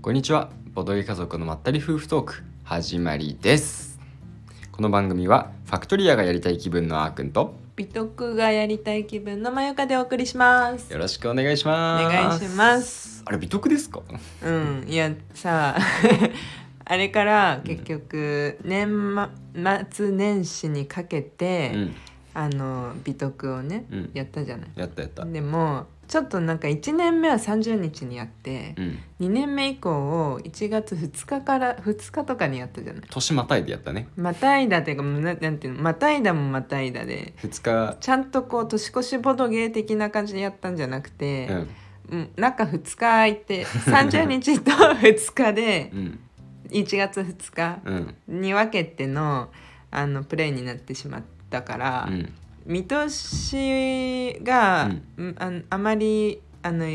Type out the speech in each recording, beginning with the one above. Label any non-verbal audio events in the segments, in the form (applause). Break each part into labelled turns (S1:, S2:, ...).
S1: こんにちはボドゲ家族のまったり夫婦トーク始まりですこの番組はファクトリアがやりたい気分のあーくんと
S2: 美徳がやりたい気分のまゆかでお送りします
S1: よ。ろしくお願いします
S2: お願いします
S1: あれ美徳ですか
S2: うん、いやさあ (laughs) あれから結局年末末年始にかけ
S1: う
S2: て、
S1: ん
S2: あの美徳をね、
S1: うん
S2: やったじゃない。
S1: やったやったうん
S2: でもちょっとなんか1年目は30日にやって、2年目以降を1月2日から2日とかにやったじゃない。
S1: 年またいでやったね
S2: またいだっていうかもうななんていうのまたいだもまたいだで
S1: 2日
S2: ちゃんとこう年越しボドゲー的な感じでやったんじゃなくて。
S1: うん
S2: うん、中2日空い
S1: (laughs)
S2: て30日と2日で
S1: うん
S2: 1月2日
S1: うん
S2: に分けてのあのプレーになってしまったから、
S1: うん
S2: 見通しが、うんああまりあの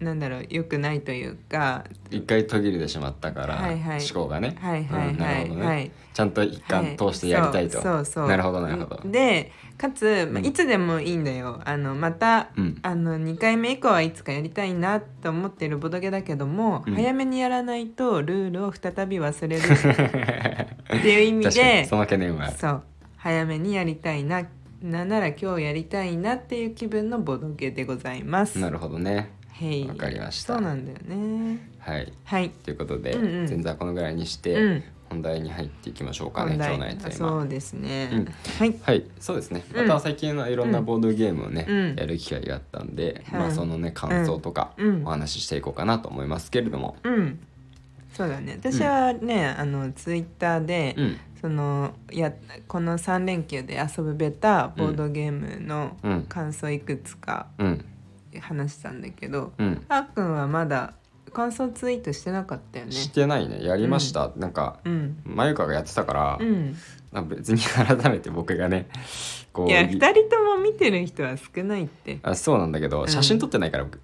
S2: なんだろう良くないというか
S1: 一回途切れてしまったから、
S2: はいはい
S1: 思考がね、
S2: はいは
S1: う
S2: い
S1: んな
S2: は
S1: る
S2: い
S1: ほどね、
S2: はい。
S1: ちゃんと一
S2: はい
S1: 貫通してやりたいと、
S2: そうそうそう
S1: なるほどなるほど
S2: でかつ、まあ
S1: うん
S2: いつでもいいんだよあのまた
S1: うん
S2: あの2回目以降はいつかやりたいなと思ってるボドゲだけども、
S1: うん
S2: 早めにやらないとルールを再び忘れる
S1: (laughs)
S2: っていう意味
S1: 確かに
S2: で
S1: その懸念はある
S2: そう早めにやりたいななんなら今日やりたいなっていう気分のボドゲでございます。
S1: なるほどね
S2: へい
S1: わかりました
S2: そうなんだよね。
S1: はい
S2: はい。
S1: ということで、
S2: うんうん
S1: 前座はこのぐらいにして、
S2: うん
S1: 本題に入っていきましょうかね今日のテーマ
S2: そうですね。
S1: うん
S2: はい。
S1: はいそうですね
S2: う
S1: ま
S2: ん
S1: た最近はいろんなボードゲームをね、
S2: うん
S1: やる機会があったんで、
S2: はい
S1: まあそのね感想とか
S2: うん
S1: お話ししていこうかなと思いますけれども
S2: うん。そうだね。私はね、あのツイッターで、
S1: うん
S2: そのやこの3連休で遊べたボードゲームの
S1: うん
S2: 感想いくつか
S1: うん
S2: 話したんだけど、
S1: うん、
S2: あっくんはまだ感想ツイートしてなかったよね。
S1: してないねやりました、なんか
S2: うん
S1: まゆかがやってたから、
S2: うん、
S1: なんか別に改めて僕がねこう
S2: いや2人とも見てる人は少ないって
S1: あそうなんだけど
S2: ん
S1: 写真撮ってないから僕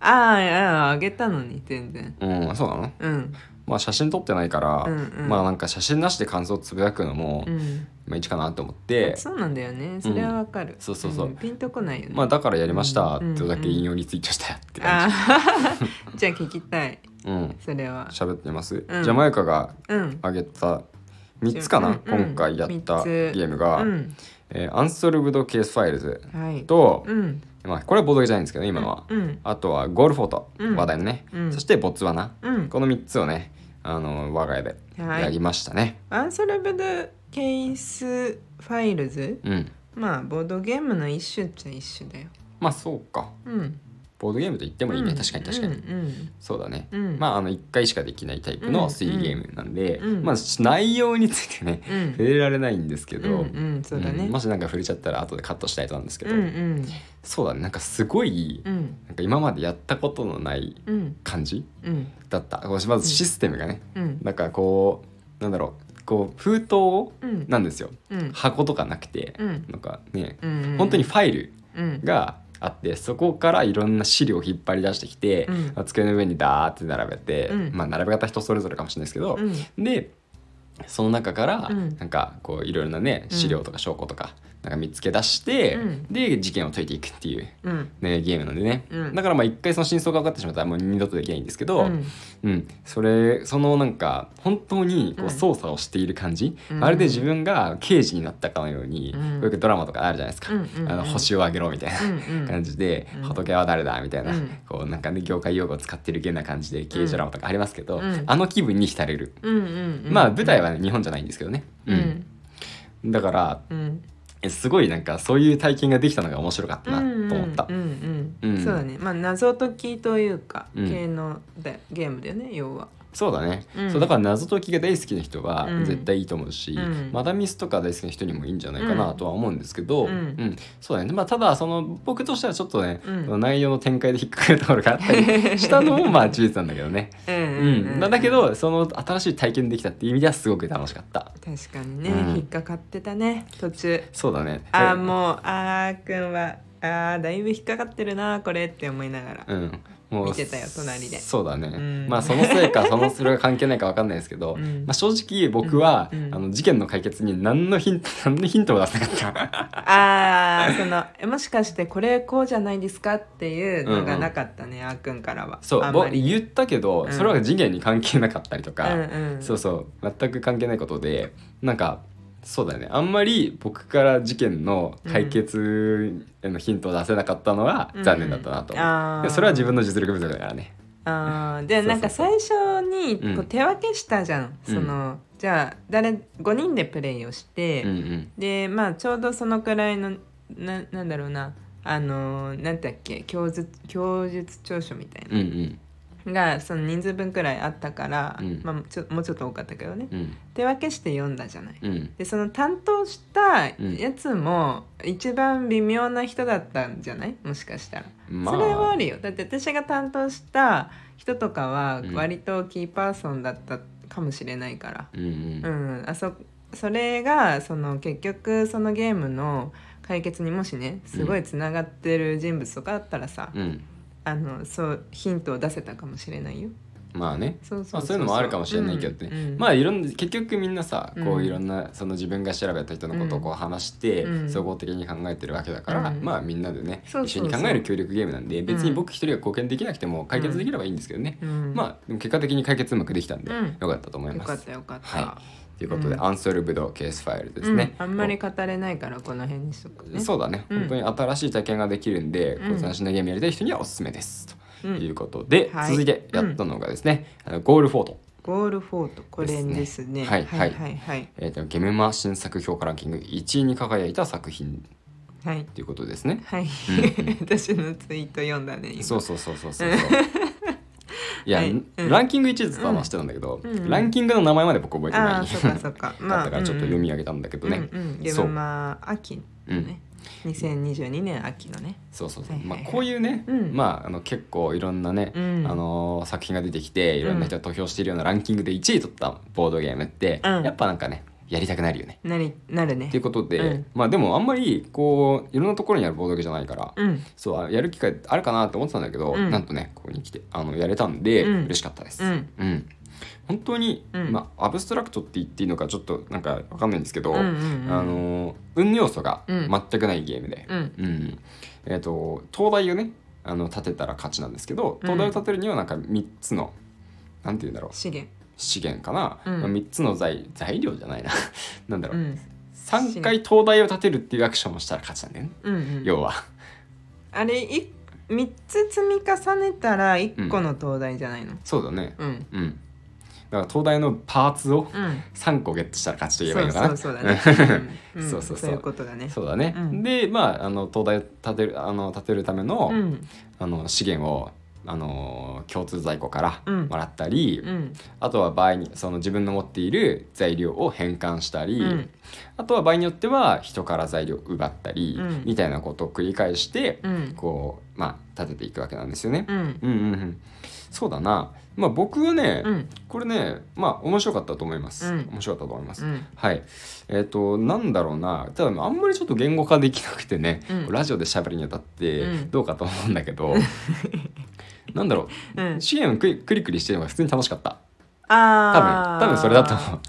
S2: ああああげたのに全然
S1: うん、そうなの
S2: うん
S1: まあ写真撮ってないから、
S2: うんうん
S1: まあなんか写真なしで感想つぶやくのも、
S2: うん
S1: まあいいかなと思って
S2: そうなんだよねそれはわかる、
S1: んそうそうそうん
S2: ピンとこないよね、
S1: まあだからやりました
S2: うん
S1: ってだけ引用リツイートしたよって
S2: あ
S1: 感
S2: ー (laughs) じゃあ聞きたい
S1: じ。うん。
S2: それは
S1: 喋ってます。
S2: うん
S1: じゃあまゆかが
S2: うん
S1: 挙げた3つかな、
S2: うんうん
S1: 今回やった
S2: 三つ
S1: ゲームが、
S2: うん
S1: えーアンソルブドケースファイルズ
S2: はい
S1: と、
S2: うん
S1: まあこれはボードゲームじゃないんですけどね今のは、
S2: うん
S1: あとはゴールフォート、
S2: うん
S1: 話題のね、
S2: うん
S1: そしてボツワナ、
S2: うん
S1: この3つをねあの我が家で
S2: はい
S1: やりましたね。
S2: アンソルブドケースファイルズ
S1: うん。
S2: まあボードゲームの一種っちゃ一種だよ
S1: まあそうか。
S2: うん
S1: ボードゲームと言ってもいいね、確かに確かに、
S2: うん
S1: そうだね、
S2: うん
S1: まああの1回しかできないタイプ
S2: うん
S1: の推理ゲームなんで、
S2: うん
S1: まあ内容についてね、
S2: うんうん
S1: 触れられないんですけ
S2: う
S1: ど、
S2: んうんそうだね
S1: うんもしなんか触れちゃったら後でカットしたいとなんですけ
S2: う
S1: ど、
S2: んうん
S1: そうだねなんかすごい
S2: うん
S1: なんか今までやったことのない
S2: うん
S1: 感じ
S2: うん
S1: だったこうまずシステムがね、
S2: うん
S1: なんかこうなんだろうこう封筒を
S2: うん
S1: なんですよ
S2: うん
S1: 箱とかなくて、
S2: うん
S1: なんかね
S2: うん
S1: 本当にファイル
S2: うん
S1: があってそこからいろんな資料を引っ張り出してきて、
S2: うん
S1: まあ机の上にダーって並べて、
S2: うん
S1: まあ並べ方人それぞれかもしれないですけど、
S2: うん
S1: でその中から
S2: うん
S1: なんかこういろいろなね
S2: うん
S1: 資料とか証拠とかなんか見つけ出して、
S2: うん
S1: で事件を解いていくっていう、
S2: うん
S1: ね、ゲームなんでね、
S2: うん
S1: だからまあ一回その真相が分かってしまったらもう二度とできないんですけど、
S2: うん
S1: うん、それそのなんか本当にこう
S2: うん
S1: 操作をしている感じ、
S2: うん
S1: まるで自分が刑事になったかのように、
S2: うん
S1: こうよくドラマとかあるじゃないですか、
S2: うんうんうん
S1: あの星をあげろみたいな。
S2: うんうん
S1: 感じで、
S2: うん
S1: 仏は誰だみたいな、
S2: うん
S1: こうなんかね業界用語を使ってるゲな感じで刑事ドラマとかありますけど、
S2: うん
S1: あの気分に浸れる、
S2: うんうんうん
S1: まあ舞台はね日本じゃないんですけどね、
S2: う
S1: うん
S2: ん
S1: だから
S2: うん
S1: えすごいなんかそういう体験ができたのが面白かったなと思った、
S2: うんうんう
S1: うんん
S2: そうだねまあ謎解きというか
S1: うん
S2: 系のだゲームだよね要は
S1: そうだね、
S2: うん
S1: そうだから謎解きが大好きな人は
S2: うん
S1: 絶対いいと思うし、
S2: うん
S1: マダミスとか大好きな人にもいいんじゃないかなとは思うんですけど、
S2: うん
S1: そうだね、まあ、ただその僕としてはちょっとね、
S2: うん
S1: 内容の展開で引っかかるところがあった
S2: (laughs)
S1: りしたのもまあ事実なんだけどね。
S2: う
S1: うん、だだけどその新しい体験できたっていう意味ではすごく楽しかった
S2: 確かにね、
S1: うん
S2: 引っかかってたね途中
S1: そうだね
S2: あ
S1: は
S2: あ
S1: い
S2: もうあーくんはあーだいぶ引っかかってるなこれって思いながら
S1: うんも
S2: 見てたよ隣で
S1: そうだね、
S2: うん
S1: まあそのせいかそのそれは関係ないかわかんないですけど、
S2: うん
S1: まあ、正直僕は、
S2: うんうん
S1: あの事件の解決に何のヒント (laughs) 何のヒントも出せなか
S2: (laughs)
S1: った
S2: あ
S1: (laughs)
S2: あそのえもしかしてこれこうじゃないですかっていう
S1: う
S2: の
S1: んう
S2: が
S1: ん
S2: なかったね、あーくんからは
S1: そう
S2: あん
S1: 僕
S2: まり
S1: 言ったけど、
S2: うん
S1: それは事件に関係なかったりとか、
S2: うんうん、
S1: そうそう全く関係ないことでなんかそうだよねあんまり僕から事件の解決へのヒントを出せなかったのは
S2: うんうん
S1: 残念だったなと、
S2: あ
S1: で
S2: ー
S1: それは自分の実力不足だからね
S2: あーで
S1: そうそう
S2: なんか最初に
S1: う
S2: こ
S1: ん
S2: う手分けしたじゃん、
S1: うん
S2: そのじゃあ誰5人でプレイをして、
S1: うんうん
S2: でまあちょうどそのくらいのななんだろうなあのーなんだっけ供述供述調書みたい
S1: う
S2: な、
S1: んうん
S2: がその人数分くらいあったから、
S1: うん
S2: まあ、ちょもうちょっと多かったけどね
S1: うん
S2: 手分けして読んだじゃない。
S1: うん
S2: でその担当したやつも一番微妙な人だったんじゃないもしかしたら。
S1: まあ
S2: それはあるよだって私が担当した人とかは
S1: うん
S2: 割とキーパーソンだったかもしれないから、
S1: うんうん
S2: うんあそそれがその結局そのゲームの解決にもしねすごいつながってる人物とかだったらさ、
S1: うん
S2: あのそうヒントを出せたかもしれないよ。
S1: まあね
S2: そうそ
S1: ま
S2: う
S1: あ、そういうのもあるかもしれないけどね、
S2: うんうん
S1: まあいろんな結局みんなさこ
S2: う
S1: うんいろんなその自分が調べた人のことをこう話して、
S2: うん
S1: 総合的に考えてるわけだから、
S2: うん
S1: まあみんなでね
S2: そうそうそう
S1: 一緒に考える協力ゲームなんで別に僕一人が貢献できなくても解決できればいいんですけどね、
S2: うん
S1: まあでも結果的に解決うまくできたんで、
S2: うん
S1: よかったと思い
S2: よ
S1: ま
S2: かっ
S1: す。
S2: たよかった。
S1: はいということで、
S2: うん
S1: アンソルブドケースファイルですね。
S2: うんあんまり語れないからこの辺にしとくね。
S1: そうだね、
S2: うん
S1: 本当に新しい体験ができるんで、こう
S2: うん
S1: 斬新なゲームやりたい人にはおすすめです
S2: う
S1: とい
S2: ん
S1: うことで、
S2: はい
S1: 続いてやったのがですね、あのゴールフォート、
S2: ゴールフォートこれですね。
S1: ですねはい
S2: はいはいはい
S1: えー、とゲメマ新作評価ランキング1位に輝いた作品
S2: はい。
S1: ということですね。
S2: は
S1: う
S2: い、
S1: んう
S2: (laughs) 私のツイート読んだね今
S1: そうそうそうそうそうそう。
S2: (laughs)
S1: いや、
S2: はいうん
S1: ランキング1位ずつはまあしてたんだけど、
S2: うんうん
S1: ランキングの名前まで僕覚えて
S2: あ
S1: な
S2: あ
S1: い。
S2: そっかそっか
S1: (laughs) だったからちょっと読
S2: み
S1: み上げたんだけどね、
S2: うんうん、ゲ
S1: そう
S2: ームマ秋のね、2022年秋のね
S1: そうそうそう、
S2: はいはいはい
S1: まあこういうね、
S2: うん
S1: まああの結構いろんなね、
S2: うん
S1: あのー作品が出てきていろんな人が投票しているようなランキングで1位取ったボードゲームって、
S2: うん
S1: やっぱなんかねやりたくなるよね。
S2: なりなるね
S1: っていうことで、
S2: うん
S1: まあでもあんまりこういろんなところにあるボードゲームじゃないから、
S2: うん
S1: そうあやる機会あるかなって思ってたんだけど、
S2: うん
S1: なんとねここに来てあのやれたんで、
S2: うん
S1: 嬉しかったです。
S2: うん
S1: 本当に、
S2: うん
S1: まあアブストラクトって言っていいのかちょっとなんかわかんないんですけど、
S2: うんうんうん
S1: あの運要素が
S2: うん
S1: 全くないゲームで、
S2: うん
S1: うんえっ、と灯台をねあの立てたら勝ちなんですけど
S2: うん
S1: 灯台を立てるにはなんか3つの、なんて言うんだろう
S2: 資源
S1: 資源かな、
S2: うん
S1: まあ、3つの材材料じゃない (laughs) ななんだろ
S2: う
S1: う、
S2: ん
S1: 三3回灯台を立てるっていうアクションをしたら勝ちなんだよね、
S2: うんうん
S1: 要は。
S2: あれい三つ積み重ねたら一個の灯台じゃないの
S1: そうだね
S2: うん
S1: うん。だから東大のパーツを
S2: うん
S1: 3個ゲットしたら勝ちと言えばいいのか
S2: そ
S1: な。
S2: うそうそうだ
S1: (laughs)
S2: ねんん
S1: そうそうそう
S2: そういうことだね
S1: そうだね。
S2: うん
S1: で、まあ、あの東大を建てる、あの建てるための、
S2: うん
S1: あの資源を。あの共通在庫から
S2: うん
S1: もらったり、
S2: うん
S1: あとは場合にその自分の持っている材料を変換したり、
S2: うん
S1: あとは場合によっては人から材料を奪ったり、
S2: うん
S1: みたいなことを繰り返して、
S2: うん
S1: こうまあ立てていくわけなんですよね。
S2: うん
S1: うん、うん、うんそうだな、まあ、僕はね、
S2: うん
S1: これねまあ面白かったと思います、
S2: うん
S1: 面白かったと思います、
S2: うん
S1: はいえっ、となんだろうなただあんまりちょっと言語化できなくてね、
S2: うん
S1: ラジオで喋るにあたって
S2: うん
S1: どうかと思うんだけ
S2: (laughs)
S1: ど、なんだろ
S2: う
S1: うん資源をクリクリクリしてるのが普通に楽しかった多
S2: あ
S1: 分
S2: あ
S1: 多分それだと思う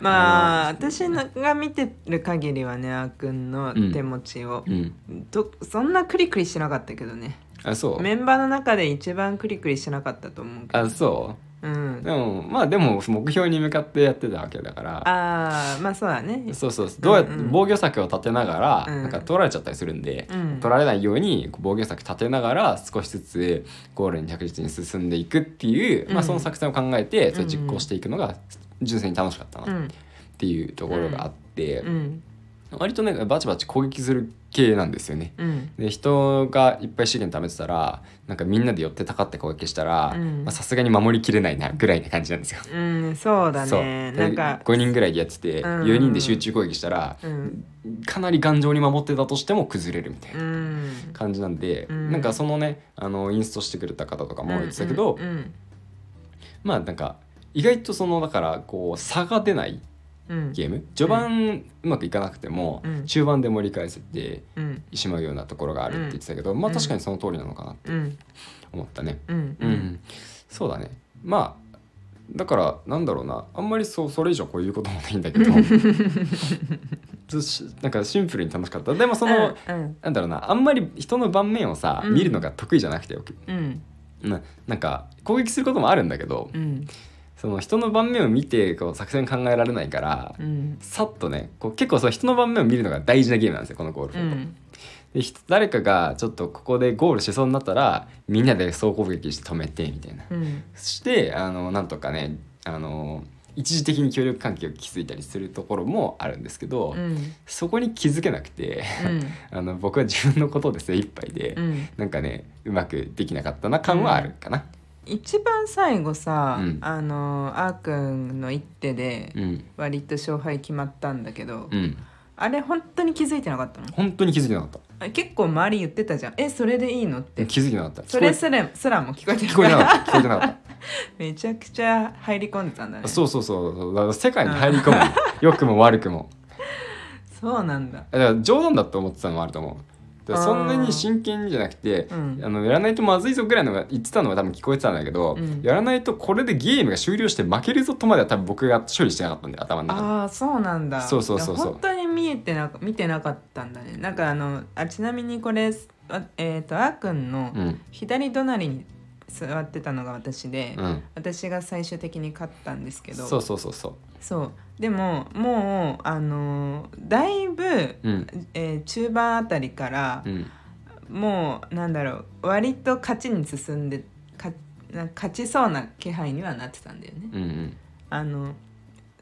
S2: まあ私のが見てる限りはねあーくんの手持ちを、
S1: うん
S2: どそんなクリクリしてなかったけどね
S1: あそう
S2: メンバーの中で一番クリクリしてなかったと思うけど
S1: あそううんでもまあでも目標に向かってやってたわけだから
S2: あーまあそうだね
S1: そうそうどうやって
S2: うんうん
S1: 防御策を立てながら、
S2: うん
S1: なんか取られちゃったりするんで、
S2: うん
S1: 取られないようにこう防御策立てながら少しずつゴールに着実に進んでいくっていう、
S2: うん
S1: まあ、その作戦を考えて
S2: ん
S1: それ実行していくのが純粋に楽しかった
S2: う
S1: なっ
S2: ん
S1: ていうところがあって、
S2: うん
S1: 割とねバチバチ攻撃する系なんですよね。
S2: うん
S1: で人がいっぱい資源貯めてたらなんかみんなで寄ってたかって攻撃したら
S2: うん
S1: まあさすがに守りきれないなぐらいな感じなんですよ。
S2: うんそうだ
S1: そう
S2: ねなんか
S1: 5人ぐらいでやってて、
S2: うんうん
S1: 4人で集中攻撃したら、
S2: うん
S1: かなり頑丈に守ってたとしても崩れるみたいうなん感じなんで、
S2: うん
S1: なんかそのねあのインストしてくれた方とかも言ってたけど、
S2: うんうん
S1: まあなんか意外とそのだからこう差が出ない
S2: うん
S1: ゲーム序盤うまくいかなくても、
S2: うん
S1: 中盤で盛り返せて
S2: うん
S1: しまうようなところがあるって言ってたけど、まあ
S2: うん
S1: 確かにその通りなのかなって
S2: うん
S1: 思ったね。
S2: うん
S1: うんそうだねまあだからなんだろうなあんまりそうそれ以上こういうこともないんだ
S2: (laughs)
S1: けどずしなんかシンプルに楽しかったでもその、
S2: うん
S1: なんだろうなあんまり人の盤面をさ、
S2: うん
S1: 見るのが得意じゃなくて
S2: うん
S1: ななんか攻撃することもあるんだけど
S2: うん
S1: その人の盤面を見てこう作戦考えられないから、
S2: うん
S1: さっとねこう結構その人の盤面を見るのが大事なゲームなんですよこのゴールフ
S2: う
S1: ォート、
S2: ん
S1: でひ誰かがちょっとここでゴールしそうになったらみんなで総攻撃して止めてみたいな、
S2: うん
S1: そしてあのなんとかねあの一時的に協力関係を築いたりするところもあるんですけど、
S2: うん
S1: そこに気づけなくて、
S2: うん
S1: あの僕は自分のことで精一杯で、
S2: うん
S1: なんかねうまくできなかったな感はあるかな。
S2: 一番最後さ、
S1: うん
S2: あのあーくんの一手で
S1: うん、
S2: 割と勝敗決まったんだけど、
S1: うん、
S2: あれ本当に気づいてなかったの
S1: 本当に気づいてなかった。
S2: あ結構周り言ってたじゃんえそれでいいのって
S1: 気づいてなかった。
S2: それ
S1: 聞こ
S2: すらすらも聞こえて
S1: え
S2: な
S1: 聞こえてな
S2: かっ
S1: かった。聞こえてなかった
S2: (laughs) めちゃくちゃ入り込んでたんだね
S1: た。そうそうそうそう。だから世界に入り込む。良くも悪くも。
S2: そうなんだ
S1: だから冗談だと思ってたのもあると思う。だからそんな
S2: あー
S1: に真剣にじゃなくて、
S2: うん
S1: あのやらないとまずいぞぐらいのが言ってたのは多分聞こえてたんだけど、
S2: うん
S1: やらないとこれでゲームが終了して負けるぞとまでは多分僕が処理してなかったんで頭の中で。
S2: ああそうなんだ
S1: そうそうそうそう
S2: 本当に見えてなか見てなかったんだねなんかあのあちなみにこれあえっ、とあーくんの
S1: うん
S2: 左隣に座ってたのが私で、
S1: うん。
S2: 私が最終的に勝ったんですけど
S1: そうそうそうそう。
S2: そうでももうあのーだいぶ、
S1: うん
S2: えー中盤あたりから
S1: う、ん
S2: もうなんだろう割と勝ちに進んでかな勝ちそうな気配にはなってたんだよね。
S1: うんうん
S2: あの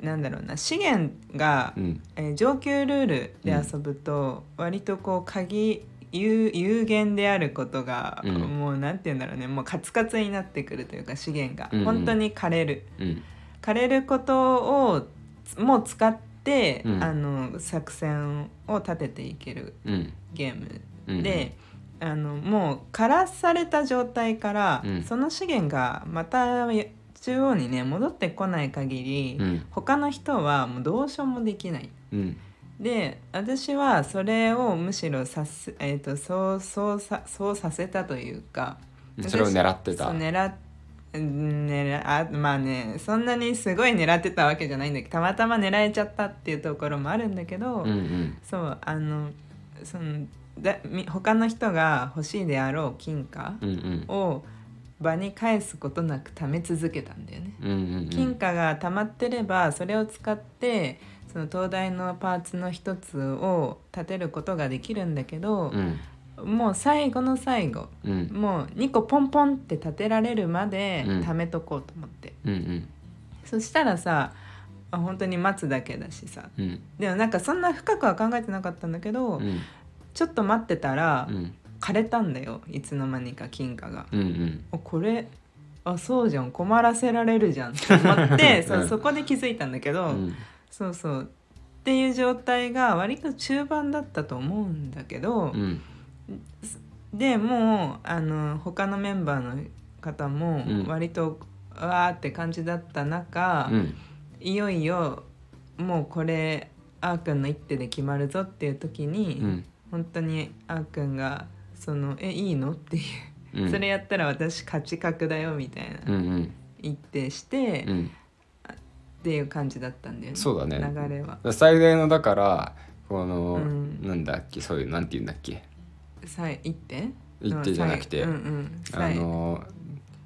S2: なんだろうな資源が、
S1: うん
S2: えー上級ルールで遊ぶと、割とこう鍵有有限であることが、
S1: うん
S2: もうなんて言うんだろうねもうカツカツになってくるというか資源が、
S1: うんうん
S2: 本当に枯れる。
S1: うん
S2: 枯れることをつもう使って、
S1: うん
S2: あの作戦を立てていける
S1: うん
S2: ゲーム
S1: うん。
S2: で、あのもう枯らされた状態から、
S1: うん
S2: その資源がまた中央にね戻ってこない限り、
S1: うん
S2: 他の人はもうどうしようもできない。
S1: うん
S2: で私はそれをむしろさせ、えー、とそうそうさそうさせたというか
S1: うん。それを狙って
S2: そ
S1: た。
S2: う狙っ狙あまあねそんなにすごい狙ってたわけじゃないんだけどたまたま狙えちゃったっていうところもあるんだけ
S1: う
S2: ど、
S1: んうん
S2: そうあのそのだみ他の人が欲しいであろう金貨
S1: うんうん
S2: を場に返すことなく貯め続けたんだよね。
S1: うんうんう
S2: 金
S1: ん
S2: 貨が溜まってればそれを使ってその灯台のパーツの一つを建てることができるんだけど
S1: う、ん
S2: もう最後の最後
S1: うん
S2: もう2個ポンポンって立てられるまで
S1: うん
S2: 貯めとこうと思って、
S1: うんうん
S2: そしたらさあ本当に待つだけだしさ
S1: うん
S2: でもなんかそんな深くは考えてなかったんだけど、
S1: うん
S2: ちょっと待ってたら、
S1: うん
S2: 枯れたんだよいつの間にか金貨が。
S1: うんうん
S2: あこれあそうじゃん困らせられるじゃんって思ってそ
S1: (laughs)
S2: う
S1: うん
S2: そこで気づいたんだけど、
S1: うん
S2: そうそうっていう状態が割と中盤だったと思うんだけ
S1: う
S2: ど、
S1: ん
S2: でもうあの他のメンバーの方も
S1: うん
S2: 割と、わーって感じだった中、
S1: うん
S2: いよいよもうこれあーくんの一手で決まるぞっていう時に、
S1: うん
S2: 本当にあーくんが「そのえいいの?」っていう、
S1: うん
S2: それやったら私勝ち確だよみたい
S1: う
S2: な、
S1: んうん
S2: 言ってして、
S1: う
S2: っ
S1: ん
S2: ていう感じだったんだよね
S1: そうだね
S2: 流れは
S1: 最大のだからこの、
S2: うん
S1: なんだっけそういうなんて言うんだっけ
S2: さい一手
S1: 一手じゃなくて
S2: うんうん、
S1: あ
S2: さい
S1: の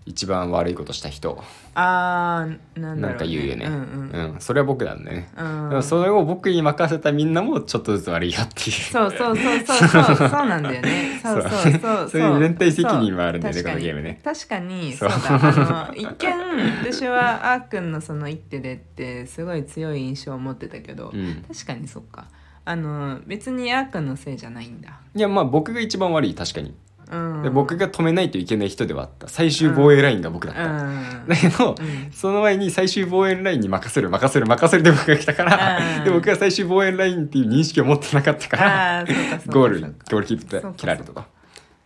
S1: 一番悪いことした人
S2: あーなんだろ
S1: な
S2: う、
S1: んか言うよね
S2: うんうん
S1: うんそれは僕なんだよね、
S2: うん
S1: でもそれを僕に任せたみんなもちょっとずつ悪いよっていう
S2: そうそうそうそうそうそうなんだよね。そうそうそうそう。
S1: そういう連帯責任はあるんだよね
S2: そう
S1: このゲームね
S2: 確かに
S1: そ
S2: そう
S1: う
S2: だ。あの一見私はあーくんのその一手でってすごい強い印象を持ってたけど、
S1: うん
S2: 確かにそっか。あの別にあーくんのせいじゃないんだ。
S1: いやまあ僕が一番悪い確かに
S2: うん。
S1: で僕が止めないといけない人ではあった最終防衛ラインが僕だっ
S2: う
S1: た、 (laughs)
S2: ん。
S1: だけど、
S2: うん
S1: その前に最終防衛ラインに任せる任せる任せるで僕が来たから、
S2: うん
S1: で僕が最終防衛ラインっていう認識を持ってなかったから
S2: ああそうかそうかそうか。
S1: ゴールゴールキープで切られたと。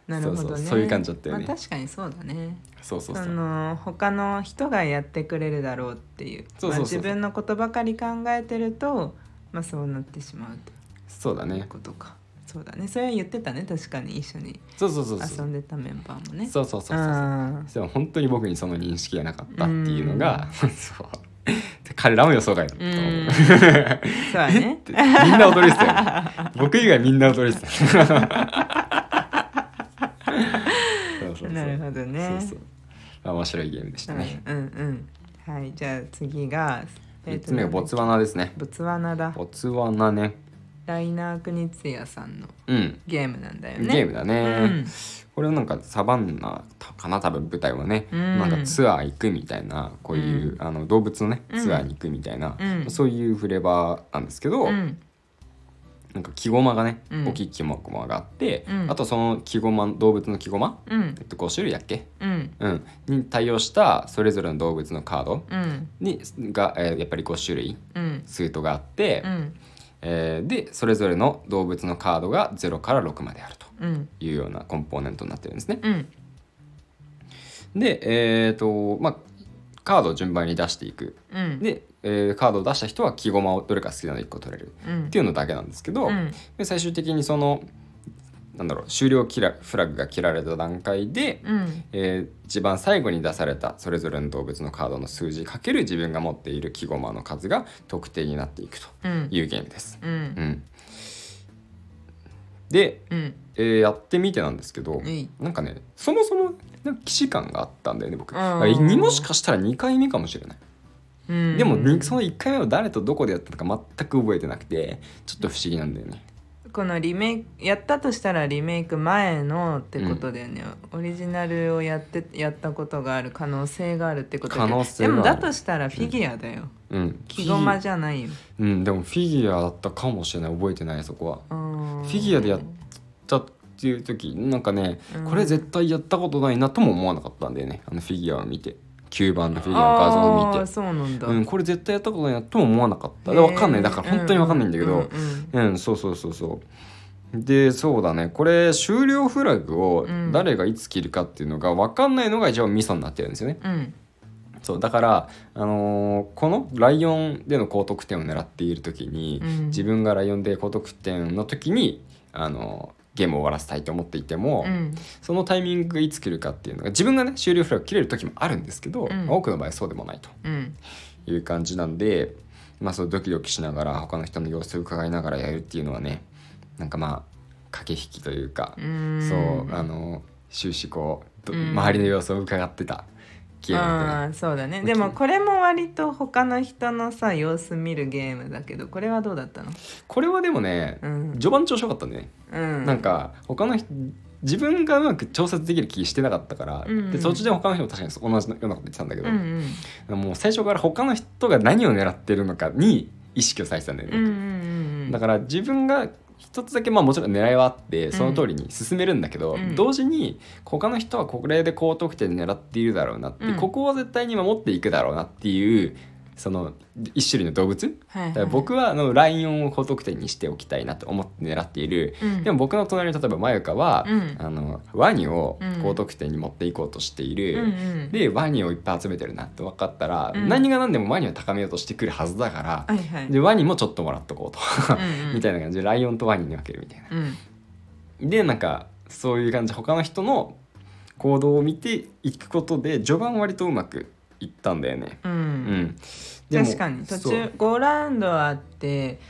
S2: なるほどね
S1: そうそうそういう感じだったよね
S2: まあ、確かにそうだね
S1: そうそうそう
S2: その他の人がやってくれるだろうっていう
S1: そう
S2: まあ
S1: そうそうそ
S2: 自
S1: う
S2: 分のことばかり考えてると、まあ、そうなってしまう
S1: そうだ
S2: という
S1: ね
S2: ことか、そうだねそれは言ってたね確かに一緒に
S1: そうそうそう
S2: 遊
S1: そうん
S2: でたメンバーもね
S1: そうそうそうそう (laughs)
S2: あー
S1: でも本当に僕にその認識がなかったっていうのがそう彼らも予想外だったと
S2: う
S1: 思う
S2: んそうだ
S1: えっ
S2: ね
S1: (laughs) てみんな驚いてたよね僕以外みんな驚いてた
S2: (laughs)
S1: そうそうそう
S2: なるほどね
S1: そうそうまあ面白いゲームでしたね、
S2: うんうんうんはいじゃあ次が、
S1: 三
S2: えーと
S1: つ目がボツワナですね
S2: ボツワナだ
S1: ボツワナね
S2: ライナー・クニツヤさんの
S1: うん
S2: ゲームなんだよ
S1: ゲ
S2: ね
S1: ームだね、
S2: うん
S1: これはなんかサバンナかな多分舞台はね、
S2: うん
S1: なんかツアー行くみたいなこういう、あの動物のね
S2: うん
S1: ツアーに行くみたいな、
S2: うん
S1: そういうフレーバーなんですけど、
S2: うん
S1: なんか木駒がね、
S2: うん
S1: 大きい木駒があって、
S2: うん
S1: あとその木駒動物の木駒、
S2: うん
S1: えっと、5種類だっけ、
S2: うん
S1: うん、に対応したそれぞれの動物のカード
S2: うん
S1: にが、えーやっぱり5種類
S2: うん
S1: スイートがあって、
S2: うん
S1: えーでそれぞれの動物のカードが0から6まであると
S2: うん
S1: いうようなコンポーネントになってるんですね。
S2: うん
S1: でえっ、とまあカードを順番に出していく
S2: うん
S1: で、えーカードを出した人は木駒をどれか好きなの1個取れる
S2: うん
S1: っていうのだけなんですけど、
S2: うん
S1: で最終的にそのなんだろう終了キラフラグが切られた段階で、
S2: うん
S1: えー一番最後に出されたそれぞれの動物のカードの数字かける自分が持っている木駒の数が特定になっていくと
S2: うん
S1: いうゲームです。
S2: うん
S1: うん、で、
S2: うん
S1: えーやってみてなんですけど、
S2: えい
S1: なんかねそもそもなんか既視感があったんだよね僕
S2: あー
S1: にもしかしたら2回目かもしれない
S2: うん
S1: でもにその1回目を誰とどこでやったのか全く覚えてなくてちょっと不思議なんだよね
S2: このリメイクやったとしたらリメイク前のってことだよね、オリジナルをやってやったことがある可能性があるってことだけど
S1: 可能性がある
S2: でもだとしたらフィギュアだよ、
S1: うん
S2: 木駒じゃないよ
S1: うんでもフィギュアだったかもしれない覚えてないそこは
S2: フ
S1: フィギュアでやったっていう時なんかね
S2: うん
S1: これ絶対やったことないなとも思わなかったんだよねあのフィギュアを見て9番のフィギュアの画像を見
S2: あー
S1: て
S2: そうなんだ、
S1: うんこれ絶対やったことないなとも思わなかったでわかんないだから本当にわかんないんだけど、
S2: うんうん
S1: うん、そうそうそうそう。で、そうだね。これ、終了フラグを
S2: うん
S1: 誰がいつ切るかっていうのが分かんないのが一応ミソになってるんですよね。
S2: うん
S1: そう、だから、あのーこのライオンでの高得点を狙っている時に、
S2: うん
S1: 自分がライオンで高得点の時に、あのーゲームを終わらせたいと思っていても、
S2: うん
S1: そのタイミングがいつ切るかっていうのが自分がね終了フラグ切れる時もあるんですけど、
S2: うん
S1: 多くの場合そうでもないと
S2: うん
S1: いう感じなんで、まあ、そうドキドキしながら他の人の様子を伺いながらやるっていうのはねなんかまあ駆け引きというか、
S2: うん
S1: そうあの終始こうど、
S2: うん
S1: 周りの様子を伺ってたゲームだった
S2: あ
S1: ね
S2: ーそうだねでもこれも割と他の人のさ様子見るゲームだけどこれはどうだったの
S1: これはでもね、
S2: うん
S1: 序盤調子よかったね、
S2: うん
S1: なんか他の人自分がうまく調節できる気してなかったから、
S2: うんうん
S1: で途中で他の人も確かに同じようなこと言ってたんだけど、
S2: うんうん
S1: もう最初から他の人が何を狙ってるのかに意識をされてたんだよね、
S2: うんうんうん
S1: だから自分が一つだけまあもちろん狙いはあって
S2: ん
S1: その通りに進めるんだけど、
S2: うん
S1: 同時に他の人はこれで高得点狙っているだろうなって、
S2: うん
S1: ここは絶対に守っていくだろうなっていうその一種類の動物
S2: はいはい
S1: だから僕はあのライオンを高得点にしておきたいなと思って狙っている、
S2: うん
S1: でも僕の隣の例えばマユカは、
S2: うん
S1: あのワニを高得点に持っていこうとしている。
S2: うんうん
S1: でワニをいっぱい集めてるなって分かったら、
S2: うん
S1: 何が何でもワニを高めようとしてくるはずだから、
S2: はいはい
S1: でワニもちょっともらっとこうと
S2: うんうん
S1: みたいな感じでライオンとワニに分けるみたいな。
S2: うん
S1: でなんかそういう感じで他の人の行動を見ていくことで序盤割とうまくいったんだよね。
S2: う
S1: うんん、でも
S2: 確かに途
S1: そう
S2: 中5ラウンドあって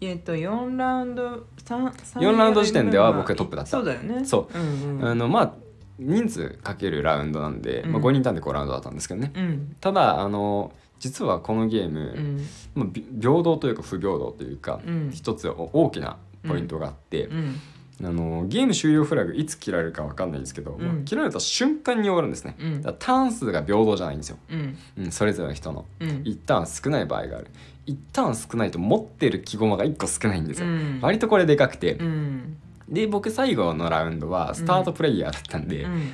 S2: えっと4ラウンド三三
S1: 四ラウンド時点では僕がトップだった
S2: そうだよね
S1: そう
S2: うんうん
S1: あのまあ人数かけるラウンドなんで、
S2: うん
S1: まあ、5人いたんで5ラウンドだったんですけどね。
S2: うん
S1: ただあの実はこのゲー
S2: う
S1: ム、
S2: ん
S1: まあび平等というか不平等というか、
S2: うん
S1: 一つ大きなポイントがあって、
S2: うん
S1: あのゲーム終了フラグいつ切られるかわかんないんですけど、
S2: うん
S1: もう切られた瞬間に終わるんですね、
S2: うん
S1: だからターン数が平等じゃないんですよ、
S2: うん
S1: うん、それぞれの人の
S2: うん
S1: 1ターン少ない場合がある1ターン少ないと持ってる木駒が1個少ないんですよ、
S2: うん
S1: 割とこれでかくて
S2: う、ん
S1: で僕最後のラウンドはスタートプレイヤーだったんで、
S2: うん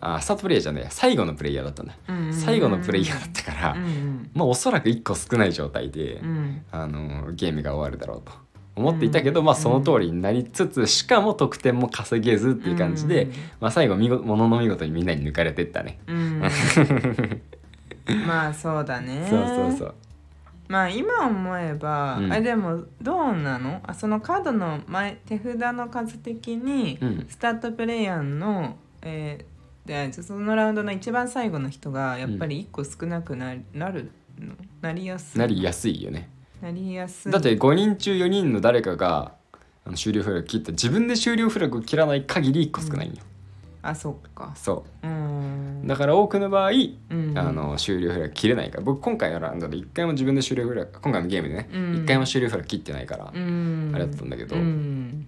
S1: あスタートプレイヤーじゃねえ最後のプレイヤーだったんだ、
S2: うん
S1: 最後のプレイヤーだったから、
S2: うん
S1: まあおそらく1個少ない状態で、
S2: うん
S1: あのゲームが終わるだろうと思っていたけど、
S2: うん
S1: まあその通りになりつつしかも得点も稼げずっていう感じで、まあ、最後見事ものの見事にみんなに抜かれてったね。
S2: うん、うんまあそうだね
S1: そうそうそう
S2: まあ今思えば、
S1: うん
S2: あでもどうなのあそのカードの前手札の数的に、
S1: うん
S2: スタートプレイヤーの、えーでそのラウンドの一番最後の人がやっぱり1個少なくな,、なるのなりやすい
S1: なりやすいよね。
S2: なりやすい
S1: だって5人中4人の誰かがあの終了フラグ切った自分で終了フラグを切らない限り1個少ないんよ。
S2: あそっか
S1: そううんだから多くの場合、
S2: うん
S1: あの終了フラグ切れないから僕今回のラウンドで1回も自分で終了フラグ今回のゲームでね、
S2: うん
S1: 1回も終了フラグ切ってないから、
S2: うん
S1: あれだったんだけど
S2: うん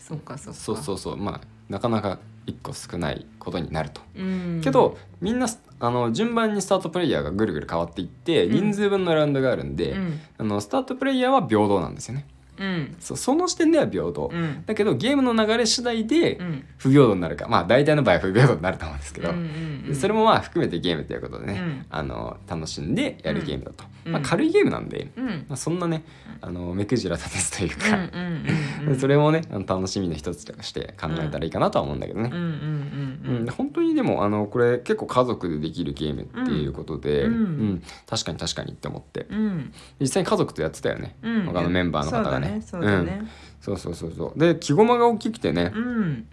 S2: そっかそっか
S1: そうそうそうまあなかなか1個少ないことになると。
S2: うん
S1: けどみんなあの順番にスタートプレイヤーがぐるぐる変わっていって
S2: うん
S1: 人数分のラウンドがあるんで、
S2: うん
S1: あのスタートプレイヤーは平等なんですよね。
S2: うん
S1: そうその時点では平等、
S2: うん
S1: だけどゲームの流れ次第で
S2: うん
S1: 不平等になるかまあ大体の場合は不平等になると思うんですけど、
S2: うんうんうん
S1: それもまあ含めてゲームということでね、
S2: うん
S1: あの楽しんでやるゲームだと、
S2: うん
S1: まあ、軽いゲームなんで、
S2: うんうん
S1: まあ、そんなねあの目くじら立てずという
S2: うん
S1: か、
S2: うんうん
S1: それもねあの楽しみの一つとして考えたらいいかなとは思うんだけどね。
S2: うんうん
S1: うん、本当にでもあのこれ結構家族でできるゲームっていうことで、
S2: うん
S1: うん確かに確かにって思って
S2: うんうん
S1: 実際に家族とやってたよね、
S2: うん
S1: 他のメンバーの方がね。
S2: そうだねそうだね
S1: うん、そうそうそうそうで木駒が大きくてね
S2: う、ん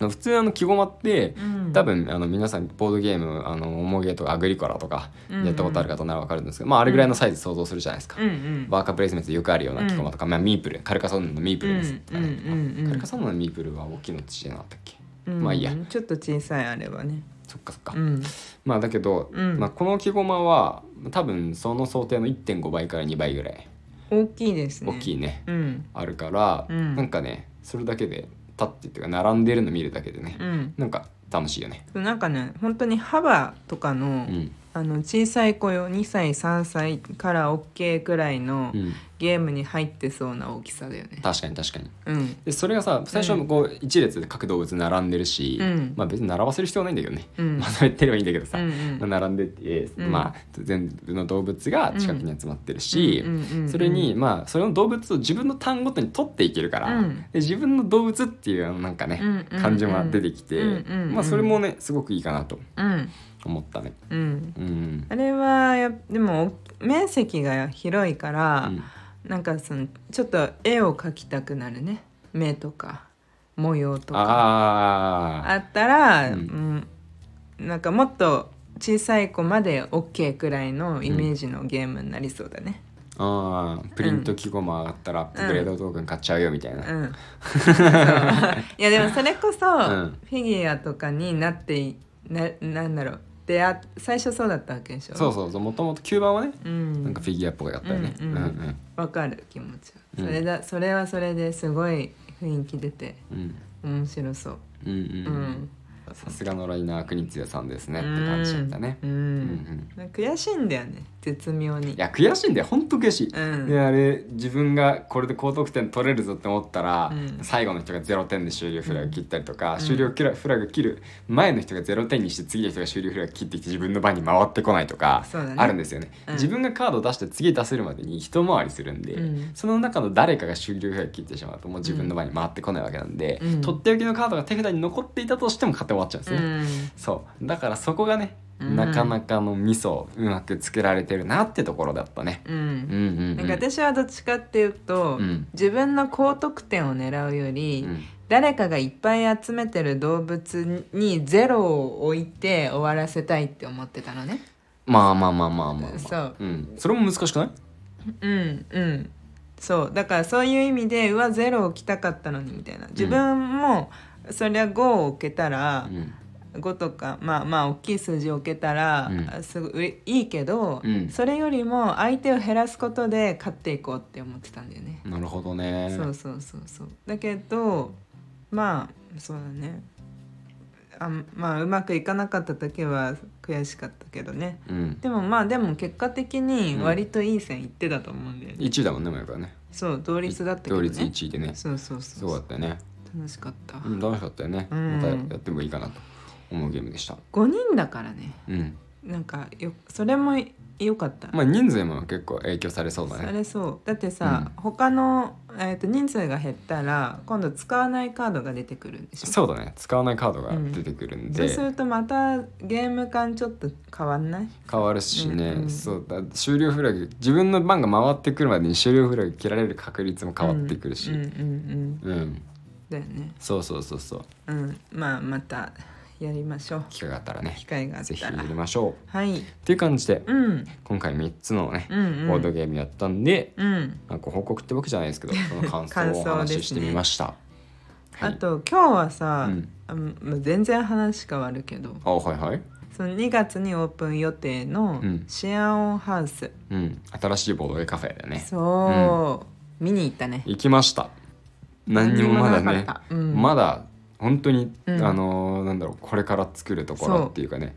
S1: 普通あの木駒って
S2: うん
S1: 多分あの皆さんボードゲーム「あの重げ」とか「アグリコラ」とか
S2: うんうん
S1: やったことある方なら分かるんですけど、まあ、あれぐらいのサイズ想像するじゃないですか。
S2: うんうん
S1: バーカープレイスメントでよくあるような木駒とか、まあ、ミープルカルカソンヌのミープルですとかね、
S2: うんうんうんうん
S1: カルカソンヌのミープルは大きいのちじゃなかったっけ
S2: うん
S1: まあいいや
S2: ちょっと小さいあれはね
S1: そっかそっか、
S2: うん
S1: まあだけど、
S2: うん
S1: まあ、この木駒は多分その想定の1.5倍から2倍ぐらい
S2: 大きいですね
S1: 大きい
S2: い
S1: ね
S2: うん
S1: あるから、
S2: うん
S1: なんかねそれだけで立ってっていうか並んでるの見るだけでね、
S2: うん
S1: なんか楽しいよね。
S2: なんかね本当に幅とかの
S1: うん
S2: あの小さい子よ2歳3歳から OK くらいの
S1: うん、
S2: ゲームに入ってそうな大きさだよね。
S1: 確かに確かに
S2: うん
S1: でそれがさ最初こう一列で各動物並んでるし、
S2: うん
S1: まあ別に並ばせる必要はないんだけどね、 (laughs)
S2: うん
S1: まとめてればいいんだけど
S2: う
S1: さ、
S2: んうん
S1: まあ並んでて、
S2: うん
S1: まあ全部の動物が近くに集まってるし、
S2: うんうんうん
S1: それにまあそれの動物を自分の単ごとに取っていけるから、
S2: うん
S1: で自分の動物っていうあのなんかね、
S2: うんうんうん
S1: 感じも出てきて、
S2: うんうんうん
S1: まあそれもねすごくいいかなと
S2: うん
S1: 思ったね。
S2: うん
S1: うん
S2: あれはやでも面積が広いから、なんかそのちょっと絵を描きたくなるね目とか模様とか
S1: ああ
S2: あったら、
S1: う
S2: うんんなんかもっと小さい子まで OK くらいのイメージのゲームになりそうだね。
S1: あープリント記号も上がったらアップグレードトークン買っちゃうよみたいな。
S2: うんそういやでもそれこそフ
S1: ん
S2: ィギュアとかになっていななんだろう出会っ最初そうだったわけでしょ
S1: そうそうそうもともと吸盤はね
S2: う、ん、
S1: なんかフィギュアっぽくやったよね。
S2: う
S1: うんん
S2: う
S1: うんん
S2: わかる気持ちは
S1: うん
S2: それだ、それはそれですごい雰囲気出て
S1: うん
S2: 面白そう
S1: うんうん
S2: う
S1: うんんさすがのライナー国津屋さんですね
S2: う
S1: って
S2: ん
S1: 感じだったね。
S2: うん
S1: ん
S2: なんか悔しいんだよね絶妙に
S1: いや悔しいんだよ本当悔しい、
S2: うん
S1: であれ自分がこれで高得点取れるぞって思ったら、
S2: うん
S1: 最後の人が0点で終了フラグ切ったりとか、
S2: ん
S1: 終了キラフラグ切る前の人が0点にして次の人が終了フラグ切ってきて自分の番に回ってこないとか、
S2: そうだね
S1: あるんですよね、
S2: うん
S1: 自分がカードを出して次出せるまでに一回りするんで、
S2: うん
S1: その中の誰かが終了フラグ切ってしまうともう自分の番に回ってこないわけなんで、
S2: うん
S1: とっておきのカードが手札に残っていたとしても勝って終わっちゃうんです
S2: う
S1: ね。
S2: ん
S1: そうだからそこがね、
S2: うん
S1: なかなかの味噌をうまくつけられてるなってところだったね。
S2: うん、
S1: うんうんうん、
S2: なんか私はどっちかっていうと、
S1: うん
S2: 自分の高得点を狙うより、
S1: うん
S2: 誰かがいっぱい集めてる動物にゼロを置いて終わらせたいって思ってたのね
S1: まあまあまあまあまあ、まあ、、
S2: そうん
S1: それも難しくない
S2: うんうんそうだからそういう意味でうわゼロを来たかったのにみたいな自分も、そりゃ5を置けたら
S1: う、ん
S2: 5とかまあまあ大きい数字を置けたら、
S1: うん
S2: あすごいいいけど、
S1: うん
S2: それよりも相手を減らすことで勝っていこうって思ってたんだよね、
S1: なるほどね
S2: そうそうそうそうだけどまあそうだねあまあうまくいかなかった時は悔しかったけどね
S1: うん
S2: でもまあでも結果的に割といい線いってたと思うんだよね、
S1: 1位だもんね前からね
S2: そう同率だったけど
S1: 同
S2: ね
S1: 率1位でね
S2: そうそう
S1: す
S2: そう
S1: ごかったよね、
S2: 楽しかった、
S1: うん、楽しかったよね、
S2: うん
S1: またやってもいいかなと思うゲームでした
S2: 五5人だからね
S1: うん
S2: なんかよそれも良かった、
S1: まあ人数も結構影響されそうだ
S2: さ
S1: ね
S2: れそうだってさ、他のえー、と人数が減ったら今度使わないカードが出てくるんでしょ
S1: そうだね使わないカードが出てくるんで、
S2: そうするとまたゲーム感ちょっと変わんない
S1: 変わるしね、
S2: うんうん
S1: そうだ終了フラグ自分の番が回ってくるまでに終了フラグ切られる確率も変わってくるし、
S2: う
S1: うん
S2: うんんうんだよね
S1: そうそうそうそう
S2: うんまあまたやりましょう
S1: 機会があったらね
S2: 機会があっ
S1: ぜひ
S2: た
S1: や
S2: ら
S1: りましょう
S2: はい
S1: っていう感じで
S2: うん
S1: 今回3つのね、
S2: うんうん
S1: ボードゲームやったんで、
S2: うん
S1: なんか報告ってわけじゃないですけどその感
S2: (laughs) 感
S1: 想
S2: 想
S1: をお
S2: ですね
S1: 話ししてみました、はい
S2: あと今日はさ、
S1: うん
S2: あもう全然話変わるけど
S1: あはいはい、
S2: その2月にオープン予定の
S1: うん
S2: シェアオンハウス、
S1: うん、新しいボードゲーカフェだよね
S2: そう、見に行ったね
S1: 行きました何にもまだ
S2: 何にも
S1: ね
S2: なかったうん
S1: まだ本当に、
S2: うん
S1: あのーなんだろうこれから作るところっていうかね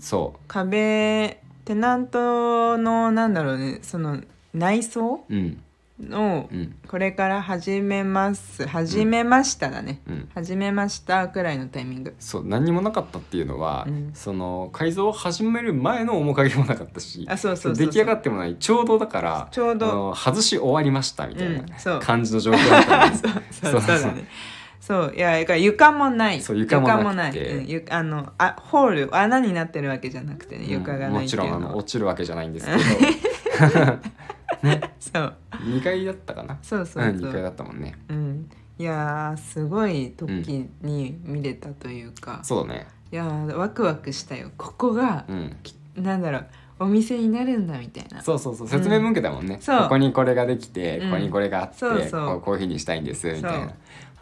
S1: そ
S2: 壁テナントのなんだろうねその内装
S1: ううん
S2: の
S1: うん
S2: これから始めます始めましただね、
S1: うん
S2: 始めましたくらいのタイミング
S1: そう何にもなかったっていうのは、
S2: うん
S1: その改造を始める前の面影もなかったし
S2: あそうそうそうそう
S1: 出来上がってもないちょうどだから
S2: ちょう
S1: あ
S2: ど
S1: の外し終わりましたみたい
S2: うんそう
S1: な感じの状況だったんです、
S2: (laughs) そうそうだねそういやだから床もない
S1: そう床もなくて
S2: 床もないうんゆあのあホール穴になってるわけじゃなくてね床が
S1: うん
S2: ない
S1: も
S2: って
S1: ち
S2: いう
S1: ろんあ
S2: の
S1: の
S2: は
S1: 落ちるわけじゃないんですけど
S2: (laughs) そう
S1: 2階だったかな
S2: そうそう
S1: うん、
S2: そ
S1: 2階だ
S2: う、
S1: ったもんね
S2: うん、いやーすごい時に見れたというか、
S1: そうだね
S2: いやーワクワクしたよここが
S1: う、ん
S2: なんだろうお店になるんだみたいな
S1: そうそうそう説明文けだもんね、
S2: そう
S1: ここにこれができて、
S2: うん
S1: ここにこれがあって
S2: そうそう
S1: こうこういうふうにしたいんですみたい
S2: そう
S1: な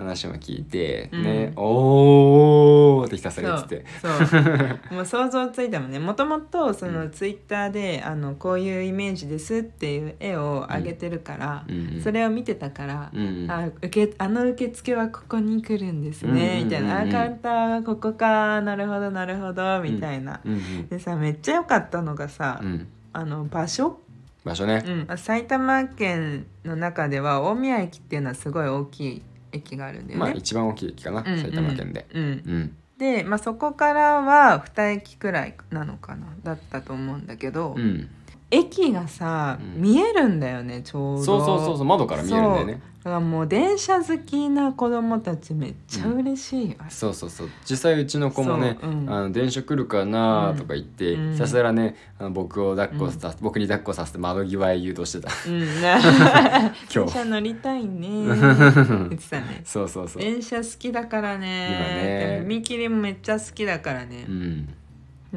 S1: 話も聞いて、
S2: うん
S1: ねおーってひたすら言ってて
S2: そうそうもう想像ついたもんねもともとそのツイッターであのこういうイメージですっていう絵を上げてるから、
S1: うんうん
S2: それを見てたから、
S1: うんうん
S2: あ受けあの受付はここに来るんですね、
S1: うんうんうんうん
S2: みたいなあカウンターはここかなるほどなるほどみたいな、
S1: うんうん
S2: でさめっちゃ良かったのがさ、
S1: うん
S2: あの場所、
S1: 場所ね、
S2: うん、埼玉県の中では大宮駅っていうのはすごい大きい駅があるんだよね。
S1: まあ一番大きい駅かな、
S2: うんうん
S1: 埼玉県で、
S2: うん
S1: うん
S2: で、まあ、そこからは2駅くらいなのかなだったと思うんだけど、
S1: うん、
S2: 駅がさ、
S1: うん
S2: 見えるんだよねちょうど
S1: そうそうそうそう窓から見えるんだよね
S2: だからもう電車好きな子供たちめっちゃ嬉しいよ、
S1: そうそうそう実際うちの子もね「
S2: そううん
S1: あの電車来るかな?」とか言って、
S2: うん
S1: ひたすらねあの僕を抱っこさ、僕に抱っこさせて窓際へ誘導
S2: (laughs)
S1: してた
S2: うんな
S1: 今
S2: 電
S1: 日
S2: 車乗りたいね
S1: (laughs)
S2: 言ってたね
S1: そうそうそう、
S2: 電車好きだからね
S1: 今ね
S2: で踏切もめっちゃ好きだからね
S1: う、ん、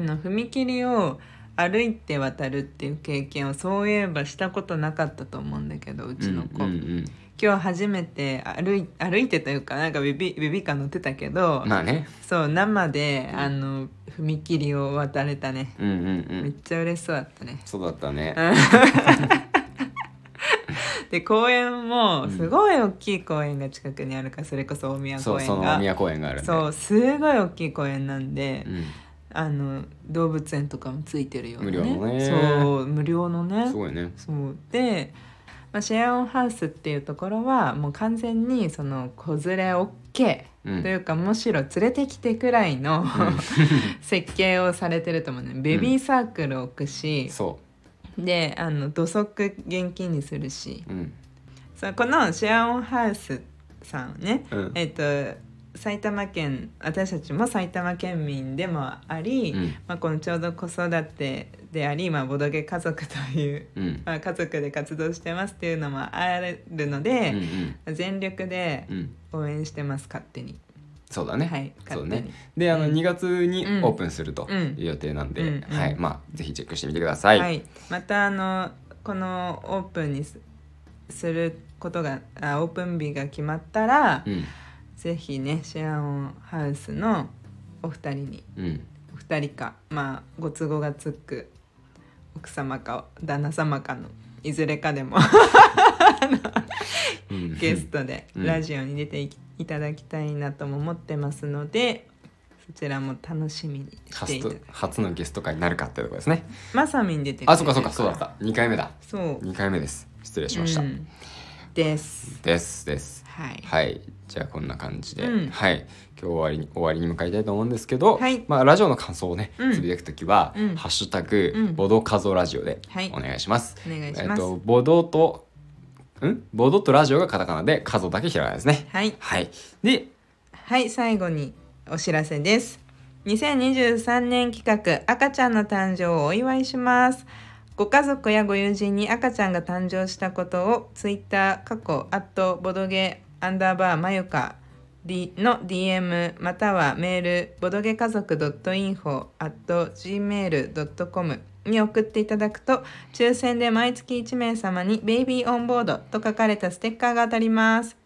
S2: あの踏切を歩いて渡るっていう経験をそういえばしたことなかったと思うんだけどうちの子、
S1: うんうん
S2: 今日初めて歩い歩いてというかなんかベビベビーカー乗ってたけど、
S1: うんまあね
S2: そう生で、
S1: うん
S2: あの踏切を渡れたね、
S1: うんうんう
S2: めっ
S1: ん
S2: ちゃ嬉しそうだったね
S1: そうだったね
S2: で公園も
S1: うん
S2: すごい大きい公園が近くにあるからそれこそ大宮
S1: そ
S2: 公
S1: うそ
S2: 園
S1: の
S2: が
S1: 宮公園があるんで
S2: そうすごい大きい公園なんで、
S1: う
S2: あの動物園とかもついてるようなね
S1: 無料のね
S2: そう無料のね
S1: ん、すごいね
S2: そうで、まあ、シェアオンハウスっていうところはもう完全にその子連れ OK
S1: うん
S2: というか、むしろ連れてきてくらいの、 (laughs)
S1: (laughs)
S2: 設計をされてると思うねベビーサークルを置くし、
S1: そ
S2: であの土足現金にするし
S1: ううん
S2: そうこのシェアオンハウスさんはね、
S1: うん
S2: えっ、と埼玉県私たちも埼玉県民でもあり、
S1: うん
S2: まあ、このちょうど子育てであり、まあ、ボドゲ家族という (laughs)
S1: うん
S2: まあ、家族で活動してますっていうのもあるの
S1: うんう
S2: で、
S1: ん
S2: 全力で
S1: うん
S2: 応援してます勝手に。
S1: そうだね、
S2: はい、
S1: そ
S2: 勝
S1: う
S2: 手
S1: ね
S2: に。
S1: であの
S2: うん
S1: 2月に
S2: うん
S1: オープンすると
S2: うん
S1: いう予定なんで、
S2: うんうん
S1: はいまあぜひチェックしてみてください、
S2: はい、またあのこのオープンにすすることがあオープン日が決まったら、
S1: うん
S2: ぜひねシェアオンハウスのお二人に
S1: うん
S2: お二人かまあご都合がつく奥様か旦那様かのいずれか
S1: (laughs)
S2: でも
S1: うん
S2: ゲストで
S1: うん
S2: ラジオに出ていきいただきたいなとも思ってますのでそちらも楽しみにして
S1: 初
S2: いた
S1: と
S2: だ
S1: 初のゲスト会になるかってとこですね
S2: まさみん出てくれ
S1: あそ
S2: てる
S1: うかそうかそうだった2回目だ
S2: そう
S1: 2回目です失礼しました、
S2: うんです
S1: ですです
S2: はい、
S1: はいじゃあこんな感じで、
S2: うん
S1: はい今日終わりに終わりに向かいたいと思うんですけど、
S2: はい
S1: まあ、ラジオの感想をね
S2: うん
S1: つぶやくときは「
S2: うん
S1: ハッシュタグ、
S2: うん
S1: ボドカゾラジオ」で
S2: はい
S1: お願いします、
S2: お願いし
S1: え
S2: ま
S1: っ
S2: す、
S1: とボドとうんボードとラジオがカタカナで数だけひらがなですね
S2: はい
S1: はいで
S2: はい最後にお知らせです2023年企画赤ちゃんの誕生をお祝いしますご家族やご友人に赤ちゃんが誕生したことをツイッター過去アットボドゲアンダーバーまゆか D の DM またはメールボドゲ家族 .info gmail.com に送っていただくと抽選で毎月1名様に「ベイビーオンボード」と書かれたステッカーが当たります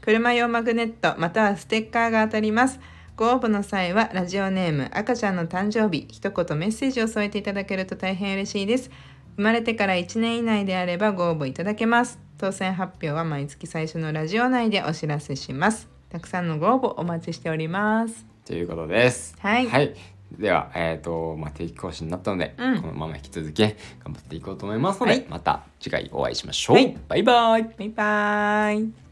S2: 車用マグネットまたはステッカーが当たりますご応募の際はラジオネーム赤ちゃんの誕生日一言メッセージを添えていただけると大変嬉しいです生まれてから1年以内であればご応募いただけます当選発表は毎月最初のラジオ内でお知らせしますたくさんのご応募お待ちしております
S1: ということです
S2: はい
S1: ではえっ、とまあ定期更新になったので、
S2: うん
S1: このまま引き続き頑張っていこうと思いますので、
S2: はい
S1: また次回お会いしましょう、
S2: はい
S1: バイバイ
S2: バイバーイ